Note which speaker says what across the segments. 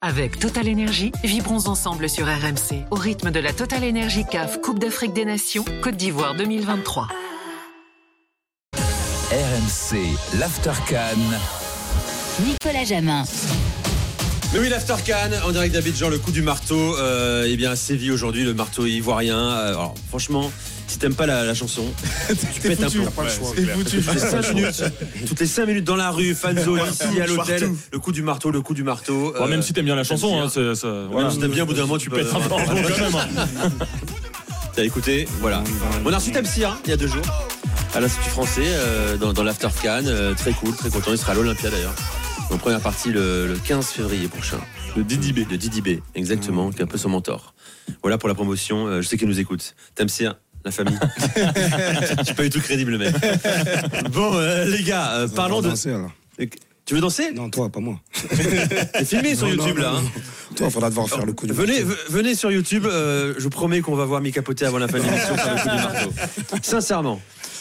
Speaker 1: Avec Total Energy, vibrons ensemble sur RMC au rythme de la Total Energy CAF Coupe d'Afrique des Nations Côte d'Ivoire 2023.
Speaker 2: RMC, l'After Cannes.
Speaker 3: Nicolas Jamin.
Speaker 4: Mais oui, l'After Cannes, en direct d'Abidjan, le coup du marteau, euh, eh bien, à Séville aujourd'hui, le marteau ivoirien. Euh, Alors, franchement, si t'aimes pas la, la chanson, tu pètes un plomb.
Speaker 5: T'es foutu.
Speaker 4: Toutes les cinq minutes, toutes les 5 minutes dans la rue, fanzo, ici, à l'hôtel, le coup du marteau, le coup du marteau.
Speaker 6: Bon,
Speaker 4: euh,
Speaker 6: même si t'aimes bien la chanson, hein, c'est- ça- voilà.
Speaker 4: même si t'aimes bien, au bout d'un moment, tu peux.
Speaker 6: Pète un plomb, quand même, hein.
Speaker 4: T'as écouté, voilà. On a reçu Tamsir hein, il y a deux jours à l'Institut français euh, dans, dans l'After Cannes. euh, très cool, très content. Il sera à l'Olympia d'ailleurs. En première partie le, le 15 février prochain. De Didi B. De Didi B, exactement, qui est un peu son mentor. Voilà pour la promotion. euh, je sais qu'il nous écoute. Tamsir. La famille. Je suis pas du tout crédible, le mec. Bon, euh, les gars, euh, parlons de. Tu veux danser
Speaker 5: Non, toi, pas moi.
Speaker 4: C'est filmé sur
Speaker 5: Non,
Speaker 4: YouTube,
Speaker 5: non,
Speaker 4: là.
Speaker 5: non,
Speaker 4: hein.
Speaker 5: non. Toi, faudra devoir faire le coup du
Speaker 4: Venez, ve- venez sur YouTube, euh, je vous promets qu'on va voir Micapoté avant la fin de l'émission sur le coup du marteau. Sincèrement.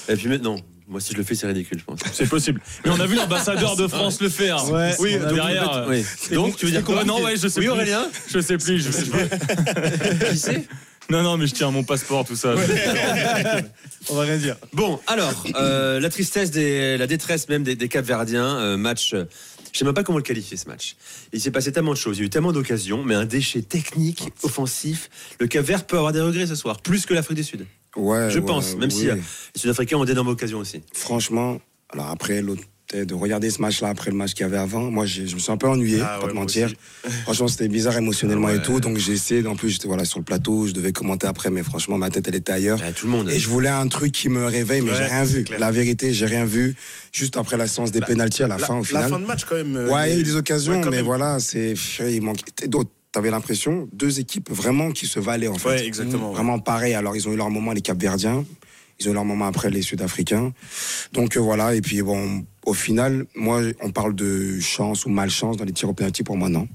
Speaker 4: Et puis maintenant, moi si je le fais, c'est ridicule, je pense.
Speaker 6: C'est possible. Mais on a vu l'ambassadeur de France le faire.
Speaker 5: Ouais,
Speaker 6: oui,
Speaker 4: Donc,
Speaker 6: derrière.
Speaker 4: en fait,
Speaker 6: euh,
Speaker 4: oui. Donc tu veux dire
Speaker 6: c'est
Speaker 4: quoi
Speaker 6: compliqué. Non, ouais, je sais
Speaker 4: Oui,
Speaker 6: plus.
Speaker 4: Aurélien
Speaker 6: Je sais plus. Je, je-
Speaker 4: Qui c'est
Speaker 6: Non, non, mais je tiens mon passeport, tout ça.
Speaker 7: On va rien dire.
Speaker 4: Bon, alors, euh, la tristesse, des, la détresse même des, des Capverdiens, euh, match. euh, je sais même pas comment le qualifier ce match. Il s'est passé tellement de choses, il y a eu tellement d'occasions, mais un déchet technique, offensif. Le Cap Vert peut avoir des regrets ce soir, plus que l'Afrique du Sud.
Speaker 5: Ouais,
Speaker 4: Je
Speaker 5: ouais,
Speaker 4: pense, même
Speaker 5: oui.
Speaker 4: si euh, les Sud-Africains ont d'énormes occasions aussi.
Speaker 5: Franchement, alors après, l'autre, de regarder ce match-là après le match qu'il y avait avant, moi, j'ai- je me suis un peu ennuyé,
Speaker 7: Ah
Speaker 5: pas
Speaker 7: ouais,
Speaker 5: te
Speaker 7: moi
Speaker 5: mentir. Franchement, c'était bizarre émotionnellement
Speaker 7: Ouais.
Speaker 5: et tout. Donc, j'ai essayé, en plus, j'étais voilà, sur le plateau, je devais commenter après, mais franchement, ma tête, elle était ailleurs.
Speaker 4: Ouais, Bah, tout le monde.
Speaker 5: Et je voulais un truc qui me réveille, mais
Speaker 7: Ouais,
Speaker 5: j'ai rien
Speaker 7: c'est
Speaker 5: vu.
Speaker 7: clair.
Speaker 5: La vérité, j'ai rien vu. Juste après la séance des pénaltys à la,
Speaker 7: La,
Speaker 5: fin, au
Speaker 7: la
Speaker 5: final.
Speaker 7: fin de match, quand même. euh,
Speaker 5: Ouais, il y a eu des
Speaker 7: ouais,
Speaker 5: occasions,
Speaker 7: quand
Speaker 5: mais
Speaker 7: même.
Speaker 5: voilà, c'est pff, il manquait t'es- d'autres. T'avais l'impression deux équipes vraiment qui se valaient en fait.
Speaker 7: Ouais, exactement, ouais.
Speaker 5: Vraiment pareil. Alors ils ont eu leur moment les Capverdiens, ils ont eu leur moment après les Sud-Africains. Donc euh, voilà. Et puis bon, au final, moi, on parle de chance ou malchance dans les tirs au pénalty pour moi non.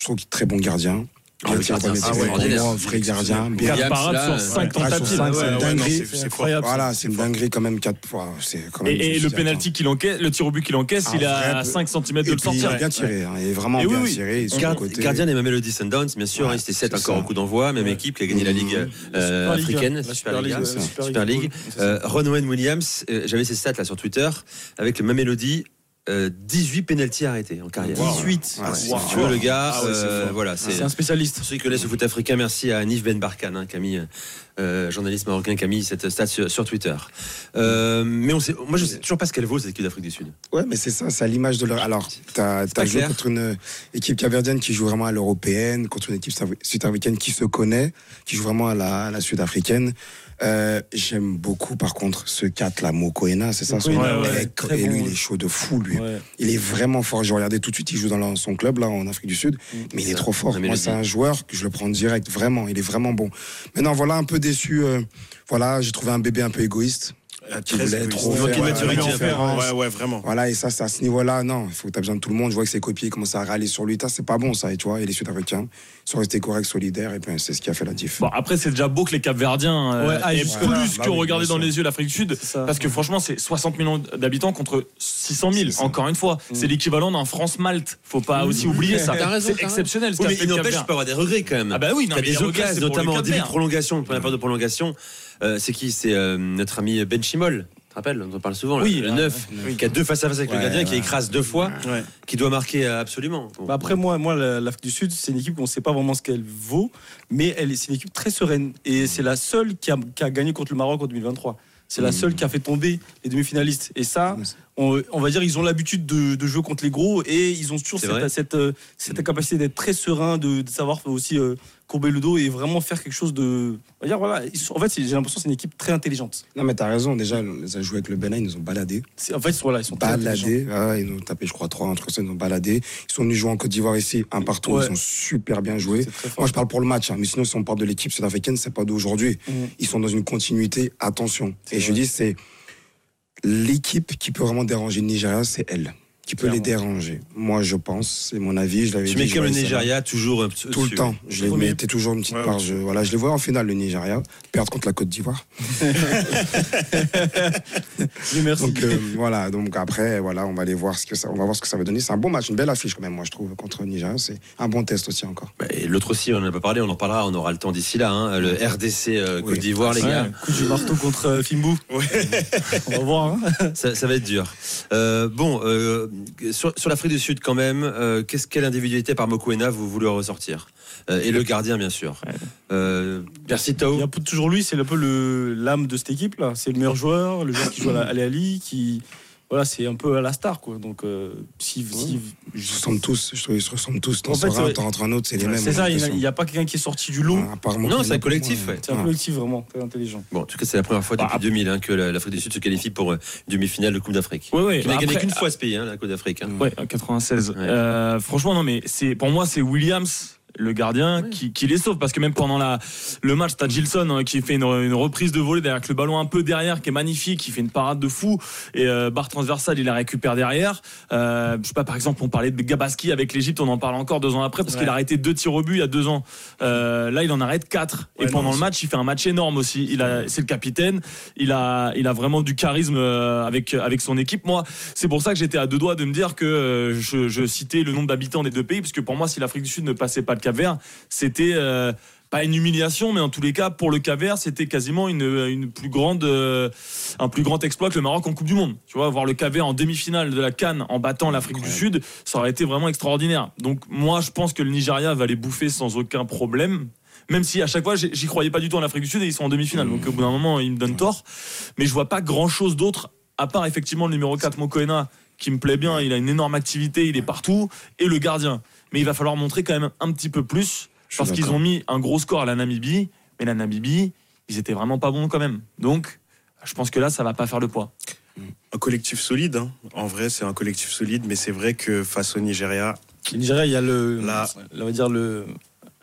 Speaker 5: Je trouve qu'il est très bon gardien.
Speaker 4: Ah, le
Speaker 5: Bien tiré au
Speaker 4: gardien,
Speaker 5: pénalty,
Speaker 4: c'est
Speaker 5: c'est
Speaker 4: extraordinaire.
Speaker 5: bon, vrai gardien. bien.
Speaker 4: Williams,
Speaker 6: Quatre parades
Speaker 4: là, Ah,
Speaker 6: sur 5
Speaker 5: ouais.
Speaker 6: tentatives.
Speaker 5: Sur cinq, c'est une
Speaker 7: ouais, non,
Speaker 5: dinguerie.
Speaker 7: c'est- c'est fort.
Speaker 6: incroyable.
Speaker 5: Voilà, c'est une dinguerie quand même quatre fois. C'est quand même.
Speaker 6: Et, et le
Speaker 5: difficile à
Speaker 4: hein.
Speaker 6: penalty qu'il encaisse, le tir au but qu'il encaisse,
Speaker 5: Ah,
Speaker 6: il est à
Speaker 5: vrai,
Speaker 6: 5 cm
Speaker 5: atteindre.
Speaker 6: de
Speaker 5: Et
Speaker 6: le
Speaker 5: puis, il
Speaker 6: sortir.
Speaker 5: a bien tiré, hein, et vraiment
Speaker 4: Et oui,
Speaker 5: bien
Speaker 4: oui.
Speaker 5: tiré. et sur le
Speaker 4: Gard-
Speaker 5: côté-
Speaker 4: Gardien des Mamelody Sundowns, bien sûr,
Speaker 5: Ouais,
Speaker 4: il était 7
Speaker 5: c'est
Speaker 4: encore
Speaker 5: ça. Mhm.
Speaker 4: au coup d'envoi, même
Speaker 7: Ouais.
Speaker 4: équipe qui a gagné la Ligue euh,
Speaker 6: La Super Ligue,
Speaker 4: africaine,
Speaker 6: la
Speaker 4: Super Ligue.
Speaker 6: Super Ligue,
Speaker 5: c'est ça.
Speaker 6: ouais,
Speaker 4: Super League. Euh, Ronwen Williams, euh, j'avais ses stats là sur Twitter, avec le Mamelody, euh, 18 pénalties arrêtés en carrière.
Speaker 5: Wow.
Speaker 4: 18
Speaker 5: Ouais, c'est
Speaker 4: Si Tu
Speaker 5: fort.
Speaker 4: vois le gars,
Speaker 7: Ah ouais, c'est
Speaker 4: euh,
Speaker 7: fort.
Speaker 4: voilà, c'est
Speaker 6: spécialiste.
Speaker 4: pour ceux qui connaissent le foot africain, merci à Anif Ben Barkan, hein, Camille, euh, journaliste marocain, Camille, cette stat sur, sur Twitter. Euh, mais on sait, moi, je sais toujours pas ce qu'elle vaut cette équipe d'Afrique du Sud.
Speaker 5: Ouais, mais c'est ça, c'est à l'image de leur. Alors, t'as
Speaker 4: pas
Speaker 5: as joué
Speaker 4: clair.
Speaker 5: contre une euh, équipe caverdienne qui joue vraiment à l'européenne, contre une équipe sud- sud-africaine qui se connaît, qui joue vraiment à la, à la sud-africaine. Euh, J'aime beaucoup, par contre, ce 4-là, Mokoena, c'est ça son
Speaker 6: Ouais,
Speaker 5: nom
Speaker 6: ouais,
Speaker 5: Il est-
Speaker 6: très
Speaker 5: Et lui,
Speaker 6: bon.
Speaker 5: il est chaud de fou, lui. Il est vraiment fort. Je regardais tout de suite, il joue dans la- son club, là, en Afrique du Sud,
Speaker 6: Mm.
Speaker 5: mais il est
Speaker 4: Ça,
Speaker 5: trop
Speaker 4: la
Speaker 5: fort. Moi,
Speaker 4: mélodie.
Speaker 5: c'est un joueur que je le prends direct, vraiment. Il est vraiment bon. Maintenant, voilà, un peu déçu. euh, voilà, j'ai trouvé un bébé un peu égoïste.
Speaker 7: Ah,
Speaker 5: qui voulait
Speaker 7: très
Speaker 5: trop euh,
Speaker 7: égoïste.
Speaker 4: manquer de
Speaker 7: Ouais,
Speaker 4: maturité,
Speaker 7: ouais,
Speaker 4: en
Speaker 5: fait.
Speaker 7: Ouais, ouais, vraiment.
Speaker 5: Voilà, et ça, c'est à ce niveau-là, non, il faut que tu as besoin de tout le monde. Je vois que ses copiers commencent à râler sur lui. Ça, C'est pas bon, ça, et tu vois. Et les Sud-Africains sont restés corrects, solidaires, et puis c'est ce qui a fait la diff.
Speaker 6: Bon, après, c'est déjà beau que les Capverdiens euh,
Speaker 7: Ouais, aillent
Speaker 6: aient
Speaker 7: jusque-là.
Speaker 6: plus
Speaker 5: Bah
Speaker 6: que
Speaker 5: oui,
Speaker 6: regarder
Speaker 5: bien
Speaker 6: dans
Speaker 5: sûr.
Speaker 6: les yeux l'Afrique du Sud. Parce que franchement, c'est 60 millions d'habitants contre 600 000.
Speaker 5: C'est ça.
Speaker 6: Encore une fois, c'est l'équivalent d'un France-Malte. Faut pas aussi oublier ça.
Speaker 4: T'as raison,
Speaker 6: C'est
Speaker 4: t'as raison.
Speaker 6: exceptionnel ce
Speaker 4: Oui,
Speaker 6: qu'a
Speaker 4: mais
Speaker 6: fait
Speaker 4: il
Speaker 6: le
Speaker 4: n'empêche, tu
Speaker 6: Cap-Vert.
Speaker 4: peux avoir des regrets quand même.
Speaker 6: Ah bah oui, non,
Speaker 4: T'as
Speaker 6: mais les hein.
Speaker 4: des
Speaker 6: regrets, c'est
Speaker 4: occasions,
Speaker 6: pour le
Speaker 4: notamment en début de
Speaker 6: Cap-Vert.
Speaker 4: prolongation, première période de prolongation. Euh, c'est qui C'est euh, notre ami Ben Chimol. Tu te rappelles On en parle souvent.
Speaker 6: Oui, ah,
Speaker 4: le
Speaker 6: ouais,
Speaker 4: 9, qui a deux face à face avec le
Speaker 5: Ouais,
Speaker 4: gardien, qui
Speaker 5: ouais.
Speaker 4: écrase deux fois,
Speaker 7: Ouais.
Speaker 4: qui doit marquer euh, absolument. Bon.
Speaker 8: Bah après, moi, moi la- l'Afrique du Sud, c'est une équipe qu'on ne sait pas vraiment ce qu'elle vaut, mais elle est- c'est une équipe très sereine. Et c'est la seule qui a, qui a gagné contre le Maroc en 2023. C'est
Speaker 4: Mmh.
Speaker 8: la seule qui a fait tomber les demi-finalistes. Et ça, on, on va dire, ils ont l'habitude de, de jouer contre les gros et ils ont toujours
Speaker 4: C'est
Speaker 8: cette,
Speaker 4: vrai. Mmh.
Speaker 8: cette, euh, cette capacité d'être très serein, de, de savoir aussi euh, courber le dos et vraiment faire quelque chose de. on va dire, voilà, ils sont- en fait, c'est- j'ai l'impression que c'est une équipe très intelligente.
Speaker 5: Non, mais t'as raison, déjà, on les a joués avec le Bénin, ils nous ont baladés.
Speaker 8: C'est- En fait, ils sont- voilà, ils sont très intelligents.
Speaker 5: Baladés, ah, ils nous ont tapé, je crois, trois, entre ça, ils nous ont baladés. Ils sont venus jouer en Côte d'Ivoire ici, un partout,
Speaker 8: Ouais.
Speaker 5: ils ont super bien joué.
Speaker 8: C'est très fort.
Speaker 5: Moi, je parle pour le match, hein, mais sinon, si on parle de l'équipe sud-africaine, c'est pas d'aujourd'hui.
Speaker 8: Mhm.
Speaker 5: Ils sont dans une continuité, attention. Et
Speaker 8: C'est
Speaker 5: je dis, c'est l'équipe qui peut vraiment déranger le Nigeria, c'est elle. qui peut les déranger. Moi, je pense, c'est mon avis. Je l'avais
Speaker 4: Tu
Speaker 5: dit,
Speaker 4: mets
Speaker 5: je
Speaker 4: comme le
Speaker 5: voyais ça.
Speaker 4: Nigeria, toujours euh,
Speaker 5: Tout le
Speaker 4: au-dessus.
Speaker 5: temps. Je les
Speaker 7: Premier-
Speaker 5: mettais toujours une petite
Speaker 7: Ouais, ouais.
Speaker 5: marge. Voilà, je les vois en finale, le Nigeria, perdre contre la Côte d'Ivoire.
Speaker 8: Dieu merci.
Speaker 5: Donc euh, voilà, donc après, voilà, on va aller voir ce que ça, on va voir ce que ça va donner. C'est un bon match, une belle affiche quand même, moi je trouve, contre le Nigeria. C'est un bon test aussi encore.
Speaker 4: Bah, et L'autre aussi, on en a pas parlé, on en parlera, on aura le temps d'ici là. hein. Le RDC euh, Côte
Speaker 5: Oui. Ah,
Speaker 4: d'Ivoire, les
Speaker 8: Ouais,
Speaker 4: gars,
Speaker 8: coup du marteau contre euh, Fimbou. On va voir. hein.
Speaker 4: ça, ça va être dur. Euh, bon, euh, sur, sur l'Afrique du Sud quand même, euh, qu'est-ce quelle individualité par Mokoena vous voulez ressortir Euh, Et le gardien, bien sûr. Euh, merci
Speaker 8: Il y
Speaker 4: Tao.
Speaker 5: Oh.
Speaker 8: a toujours lui, c'est un peu le- l'âme de cette équipe là. C'est le meilleur joueur, le joueur qui joue à la- à l'Ali, qui voilà, c'est un peu à la star quoi. Donc euh, si, si-
Speaker 5: Ils se ressemblent tous, je trouve, ils se ressemblent tous. T'en
Speaker 8: En fait,
Speaker 5: sors un,
Speaker 8: c'est-
Speaker 5: t'en rentres un autre, c'est les mêmes. hein,
Speaker 8: c'est
Speaker 5: on a
Speaker 8: ça, il
Speaker 5: l'impression.
Speaker 8: n'y a, pas quelqu'un qui est sorti du lot.
Speaker 5: Ouais, à part
Speaker 4: Non,
Speaker 5: Mokoena,
Speaker 4: c'est un
Speaker 5: pour
Speaker 4: collectif,
Speaker 5: moi,
Speaker 4: ouais.
Speaker 8: C'est un
Speaker 5: ouais.
Speaker 8: collectif vraiment très intelligent.
Speaker 4: Bon, en tout cas, c'est la première fois depuis
Speaker 6: Bah,
Speaker 4: 2000 hein, que la- l'Afrique du Sud se qualifie pour euh, une demi-finale de Coupe d'Afrique.
Speaker 6: Ouais, ouais.
Speaker 4: Il n'a
Speaker 6: bah
Speaker 4: gagné
Speaker 6: après- Mm,
Speaker 4: qu'une fois ce pays, hein, la Coupe d'Afrique.
Speaker 8: ah.
Speaker 4: hein.
Speaker 6: Ouais, en 96.
Speaker 4: Ouais.
Speaker 6: Euh, franchement, non, mais c'est pour moi, c'est Williams, le gardien, qui, qui les sauve. Parce que même pendant la, le match, t'as Gilson hein, qui fait une, une reprise de volée derrière avec le ballon un peu derrière, qui est magnifique, qui fait une parade de fou. Et euh, barre transversale, il la récupère derrière. Euh, je sais pas, par exemple, on parlait de Gabaski avec l'Egypte, on en parle encore deux ans après, parce
Speaker 7: Ouais.
Speaker 6: qu'il a arrêté deux tirs au but il y a deux ans. Euh, là, il en arrête quatre. et
Speaker 7: Ouais,
Speaker 6: pendant
Speaker 7: non,
Speaker 6: le
Speaker 7: c'est-
Speaker 6: match, il fait un match énorme aussi. Il a, c'est le capitaine. Il a, il a vraiment du charisme euh, avec avec son équipe. Moi, c'est pour ça que j'étais à deux doigts de me dire que euh, je, je citais le nombre d'habitants des deux pays, parce que pour moi, si l'Afrique du Sud ne passait pas le Cap-Vert, c'était euh, pas une humiliation, mais en tous les cas, pour le Cap-Vert, c'était quasiment une, une plus grande, euh, un plus grand exploit que le Maroc en Coupe du Monde. Tu vois, voir le Cap-Vert en demi-finale de la Cannes en battant l'Afrique du Sud, ça aurait été vraiment extraordinaire. Donc moi, je pense que le Nigeria va les bouffer sans aucun problème. Même si à chaque fois j'ai- j'y croyais pas du tout en Afrique du Sud et ils sont en demi-finale, donc au bout d'un moment ils me donnent tort. Mais je vois pas grand chose d'autre à part effectivement le numéro 4 Mokoena qui me plaît bien, il a une énorme activité, il est partout, et le gardien. Mais il va falloir montrer quand même un petit peu plus,
Speaker 5: Je suis
Speaker 6: parce qu'ils
Speaker 5: d'accord.
Speaker 6: ont mis un gros score à la Namibie, mais la Namibie, ils étaient vraiment pas bons quand même. Donc, je pense que là, ça va pas faire le poids.
Speaker 7: Un collectif solide, hein. en vrai, c'est un collectif solide, mais c'est vrai que face au Nigeria,
Speaker 8: Le Nigeria, il y a le,
Speaker 7: Là.
Speaker 8: on va dire le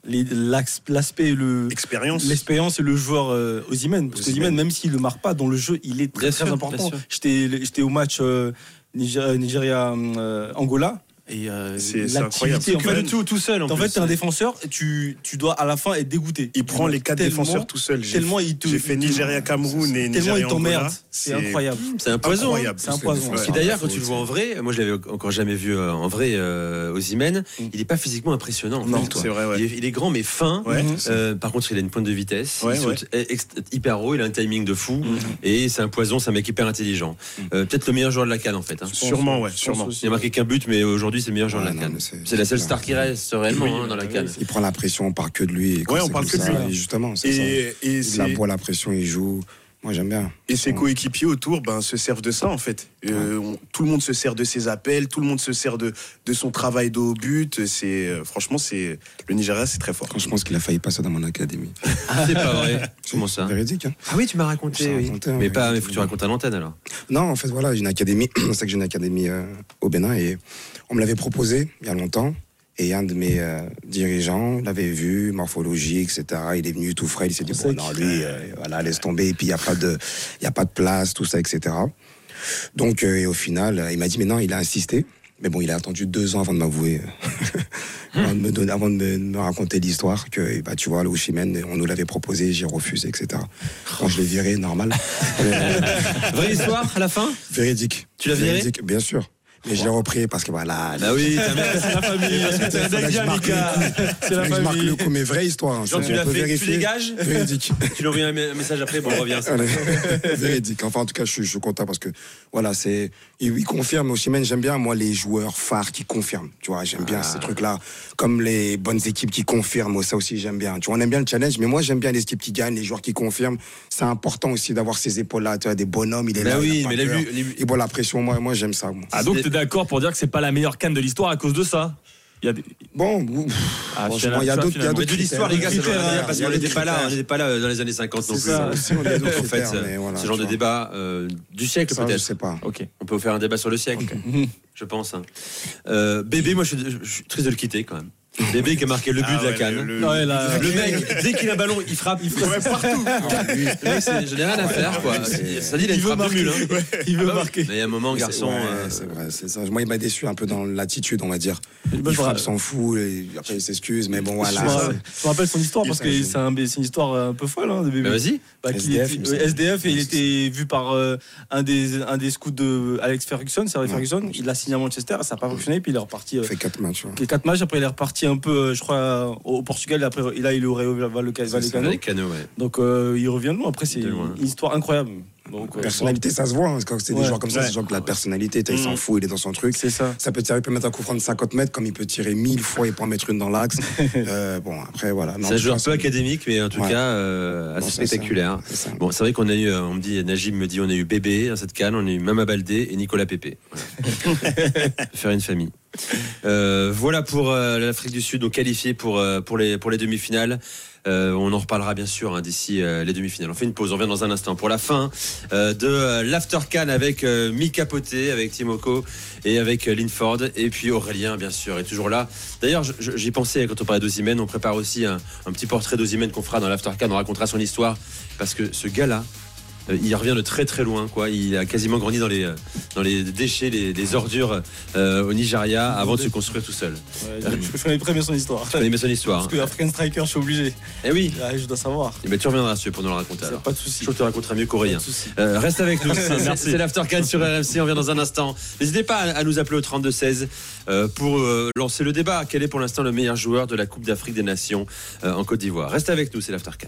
Speaker 8: les- l'axe- l'aspect le
Speaker 7: expérience.
Speaker 8: L'expérience et le joueur euh, Osimhen. Parce que
Speaker 7: Osimhen.
Speaker 8: Osimhen, même s'il ne marque pas dans le jeu, il est très,
Speaker 4: Bien
Speaker 8: très
Speaker 4: sûr, bien
Speaker 8: important.
Speaker 4: sûr.
Speaker 8: J'étais j'étais au match euh, Nigeria- Nigeria-Angola. et euh,
Speaker 7: C'est- c'est
Speaker 8: l'activité,
Speaker 7: incroyable.
Speaker 8: en
Speaker 7: Pas
Speaker 8: fait,
Speaker 7: du
Speaker 4: tout seul
Speaker 8: en fait, t'es un défenseur, et tu, tu dois à la fin être dégoûté.
Speaker 7: Il prend les quatre
Speaker 8: Tellement-
Speaker 7: défenseurs tout seul. J'ai
Speaker 8: Tellement il te.
Speaker 7: j'ai fait
Speaker 8: il te-
Speaker 7: Nigeria-Cameroun et
Speaker 8: Tellement il
Speaker 7: Nigeria-Angola.
Speaker 8: t'emmerde. C'est incroyable.
Speaker 4: C'est un poison. hein.
Speaker 7: Incroyable.
Speaker 8: C'est un poison.
Speaker 7: Ouais.
Speaker 4: Parce que d'ailleurs, quand tu le vois en vrai, moi je l'avais encore jamais vu euh, en vrai euh, Osimhen,
Speaker 8: Mm.
Speaker 4: il n'est pas physiquement impressionnant. en
Speaker 7: Non,
Speaker 4: fait, toi.
Speaker 7: c'est vrai, ouais.
Speaker 4: Il, est, il est grand mais fin.
Speaker 7: Ouais.
Speaker 4: Euh, par contre, il a une pointe de vitesse.
Speaker 7: Ouais,
Speaker 4: il saute ex- hyper haut, il a un timing de fou.
Speaker 5: Mm.
Speaker 4: Et c'est un poison, c'est un mec hyper intelligent. Euh, Peut-être le meilleur joueur de la canne en fait. hein.
Speaker 7: Sûrement, ouais,
Speaker 8: Je pense
Speaker 7: sûrement.
Speaker 8: aussi.
Speaker 4: Il n'a marqué qu'un but, mais aujourd'hui c'est le meilleur joueur
Speaker 5: Ouais,
Speaker 4: de la
Speaker 5: non,
Speaker 4: canne.
Speaker 5: mais c'est-
Speaker 4: C'est la seule
Speaker 5: c'est
Speaker 4: star qui reste réellement hein, dans la canne.
Speaker 5: Il prend la pression, on parle que de lui. et quand
Speaker 7: Ouais, on
Speaker 5: c'est
Speaker 7: parle
Speaker 5: comme
Speaker 7: que de
Speaker 5: ça,
Speaker 7: lui.
Speaker 5: et justement, c'est ça.
Speaker 7: Et, et
Speaker 5: Il
Speaker 7: c'est-
Speaker 5: aboie la pression, il joue. Moi j'aime bien.
Speaker 7: Et ses coéquipiers autour ben, se servent de ça, en fait. Euh, on- tout le monde se sert de ses appels, tout le monde se sert de, de son travail de haut but. C'est, euh, franchement, c'est, le Nigeria, c'est très fort.
Speaker 5: Quand je pense qu'il a failli passer dans mon académie.
Speaker 4: C'est pas vrai. Comment ça
Speaker 5: Véridique. hein.
Speaker 4: Ah oui, tu m'as
Speaker 5: Je
Speaker 4: raconté.
Speaker 5: t'ai
Speaker 4: oui.
Speaker 5: raconté, hein,
Speaker 4: mais
Speaker 5: oui.
Speaker 4: pas, mais faut que tu racontes à l'antenne alors.
Speaker 5: Non, en fait, voilà, j'ai une académie. c'est que j'ai une académie euh, au Bénin et on me l'avait proposé il y a longtemps. Et un de mes euh, dirigeants l'avait vu, morphologie, etc. Il est venu tout frais, il s'est dit, bon,
Speaker 8: sec.
Speaker 5: non, lui, euh, voilà, laisse tomber, et puis il n'y a, pas de- il y a pas de place, tout ça, etc. Donc, euh, et au final, euh, il m'a dit, mais non, il a insisté. Mais bon, il a attendu deux ans avant de m'avouer, euh, avant de me, donner- avant de me- de me raconter l'histoire, que eh ben, tu vois, le Oshimène, on nous l'avait proposé, j'ai refusé, etc. Quand je l'ai viré, normal. Mais-
Speaker 4: Vraie histoire à la fin
Speaker 5: Véridique.
Speaker 4: Tu l'as viré
Speaker 5: Véridique, bien sûr. Mais je l'ai repris parce que voilà.
Speaker 4: Bah oui, t'as
Speaker 6: Ah, C'est la famille.
Speaker 5: C'est la
Speaker 6: Dagia,
Speaker 5: marque
Speaker 6: Mika. C'est la
Speaker 5: Je marque
Speaker 6: famille.
Speaker 5: le coup, mais vraie histoire. hein.
Speaker 4: Genre,
Speaker 5: Ça,
Speaker 4: tu
Speaker 5: on
Speaker 4: l'as
Speaker 5: peut
Speaker 4: fait, tu
Speaker 5: vérifier.
Speaker 4: dégages
Speaker 5: Véridique.
Speaker 4: Tu lui envoies un me- un message après, bon, on revient.
Speaker 5: Allez. Véridique. Enfin, en tout cas, je suis, je suis content parce que, voilà, c'est. Il, il confirme aussi, même, j'aime bien, moi, les joueurs phares qui confirment. Tu vois, j'aime bien
Speaker 4: Ah.
Speaker 5: ces trucs-là. Comme les bonnes équipes qui confirment, ça aussi, j'aime bien. Tu vois, on aime bien le challenge, mais moi, j'aime bien les équipes qui gagnent, les joueurs qui confirment. C'est important aussi d'avoir ces épaules-là. Tu vois, des bonhommes, il est
Speaker 4: Bah
Speaker 5: là. il
Speaker 4: oui,
Speaker 5: a pas
Speaker 4: mais les
Speaker 5: peur.
Speaker 4: vues- les vues-
Speaker 5: Il boit la pression, moi, moi j'aime ça. moi.
Speaker 6: Ah, donc t'es d'accord pour dire que c'est pas la meilleure canne de l'histoire à cause de ça Il y a des-
Speaker 5: Bon, ouf.
Speaker 6: Ah,
Speaker 5: Franchement,
Speaker 6: tu as-
Speaker 5: il y a
Speaker 6: tu as
Speaker 5: d'autres-
Speaker 6: finalement-
Speaker 5: il y a
Speaker 4: Mais de l'histoire, les gars, ça veut rien
Speaker 5: hein.
Speaker 4: dire, parce qu'on n'était pas là, on n'était pas là euh, dans les années 50 non
Speaker 5: C'est
Speaker 4: plus.
Speaker 5: ça, aussi, on est
Speaker 4: Donc,
Speaker 5: d'autres
Speaker 4: euh, en fait, euh,
Speaker 5: critères, mais voilà,
Speaker 4: ce genre
Speaker 5: tu
Speaker 4: de
Speaker 5: vois.
Speaker 4: débat euh, du siècle
Speaker 5: Ça, je
Speaker 4: peut-être.
Speaker 5: sais pas.
Speaker 6: Ok.
Speaker 4: On peut faire un débat sur le siècle, je pense. hein. Euh, bébé, moi, je suis, je suis triste de le quitter quand même. Bébé qui a marqué le but
Speaker 7: Ah
Speaker 4: de la
Speaker 7: ouais,
Speaker 4: canne. Le,
Speaker 7: le- le-
Speaker 8: Ouais, là,
Speaker 4: mec, dès qu'il a ballon, il frappe, il frappe.
Speaker 7: Ouais, partout.
Speaker 4: Le mec, c'est- je n'ai rien à faire, quoi. C'est- Ça dit, il a une
Speaker 8: veut
Speaker 4: frappe de mule. hein.
Speaker 8: il veut marquer.
Speaker 4: Mais il y a un moment, garçon.
Speaker 5: Ouais,
Speaker 4: euh,
Speaker 5: c'est vrai, c'est ça. Moi, il m'a déçu un peu dans l'attitude, on va dire.
Speaker 4: Bah,
Speaker 8: Moi,
Speaker 5: Il
Speaker 8: je me
Speaker 5: frappe,
Speaker 8: rappelle-
Speaker 5: s'en fout, et après il s'excuse, mais bon,
Speaker 8: je
Speaker 5: voilà.
Speaker 8: me rappelle- je me rappelle son histoire parce que
Speaker 5: Il-
Speaker 8: c'est un- c'est une histoire un peu folle hein, de bébé.
Speaker 4: bah, vas-y.
Speaker 8: Bah, qu'il
Speaker 5: SDF,
Speaker 8: était-
Speaker 5: il me
Speaker 8: ouais,
Speaker 5: semble.
Speaker 8: SDF, et il
Speaker 5: Ouais,
Speaker 8: était vu par euh, un, des, un des scouts de Alex Ferguson, Sir Alex
Speaker 5: Ouais.
Speaker 8: Ferguson. Il l'a signé à Manchester, ça n'a pas fonctionné, puis il est reparti. euh,
Speaker 5: Il fait 4 matchs, tu vois.
Speaker 8: les quatre matchs, après il est reparti un peu, euh, je crois, euh, au au Portugal, et après et là il est au Rayo
Speaker 5: C'est ça,
Speaker 8: Vallecano.
Speaker 4: Avec Cano, ouais.
Speaker 8: Donc euh, il revient de loin, après c'est
Speaker 4: De
Speaker 8: une
Speaker 4: loin.
Speaker 8: histoire incroyable. Donc, euh,
Speaker 5: Personnalité, ça se voit. hein. Quand c'est des
Speaker 8: Ouais.
Speaker 5: joueurs comme ça,
Speaker 8: Ouais.
Speaker 5: c'est des joueurs
Speaker 4: Ah
Speaker 5: que la personnalité, t'as, il
Speaker 4: Mm.
Speaker 5: s'en fout, il est dans son truc.
Speaker 8: c'est ça.
Speaker 5: Ça peut tirer, il peut mettre un coup franc de 50 mètres, comme il peut tirer 1000 fois, il peut en mettre une dans l'axe. Euh, bon, après, voilà. Non,
Speaker 4: C'est un
Speaker 5: je
Speaker 4: joueur
Speaker 5: pense
Speaker 4: peu
Speaker 5: que-
Speaker 4: académique, mais en tout
Speaker 5: Ouais.
Speaker 4: cas, euh, assez
Speaker 5: Non, c'est ça.
Speaker 4: spectaculaire.
Speaker 5: c'est ça.
Speaker 4: Bon, c'est vrai qu'on a eu, euh, on me dit, Najib me dit, on a eu Bébé à cette canne, on a eu Mama Baldé et Nicolas Pépé. Voilà. Faire une famille. Euh, voilà pour euh, l'Afrique du Sud, donc qualifié pour, euh, pour les, pour les demi-finales. Euh, on en reparlera bien sûr hein, d'ici euh, les demi-finales. On fait une pause, on revient dans un instant pour la fin euh, de euh, l'After Can avec euh, Mika Poté, avec Timoko et avec euh, Linford. Et puis Aurélien, bien sûr, est toujours là. D'ailleurs, je- je- j'y pensais hein, quand on parlait d'Ozimène. On prépare aussi un, un petit portrait d'Ozimène qu'on fera dans l'After Can. On racontera son histoire parce que ce gars-là, euh, il revient de très très loin. Quoi. Il a quasiment grandi dans les, euh, dans les déchets, les, les ordures euh, au Nigeria avant de se construire tout seul.
Speaker 8: Ouais, je, je connais très bien son histoire.
Speaker 4: Tu connais bien son histoire. hein.
Speaker 8: Parce que African Striker, je suis obligé.
Speaker 4: Eh oui.
Speaker 8: Ah, je dois savoir.
Speaker 4: Eh ben, tu reviendras dessus pour nous le raconter. Alors.
Speaker 8: Pas de soucis.
Speaker 4: Je te raconterai mieux
Speaker 8: Pas
Speaker 4: qu'Aurélien.
Speaker 8: de soucis.
Speaker 4: Euh, reste avec nous. C'est-
Speaker 6: Merci.
Speaker 4: C'est l'Aftercan sur RMC. On vient dans un instant. N'hésitez pas à à nous appeler au 32-16 euh, pour euh, lancer le débat. Quel est pour l'instant le meilleur joueur de la Coupe d'Afrique des Nations euh, en Côte d'Ivoire Reste avec nous, c'est l'Aftercan.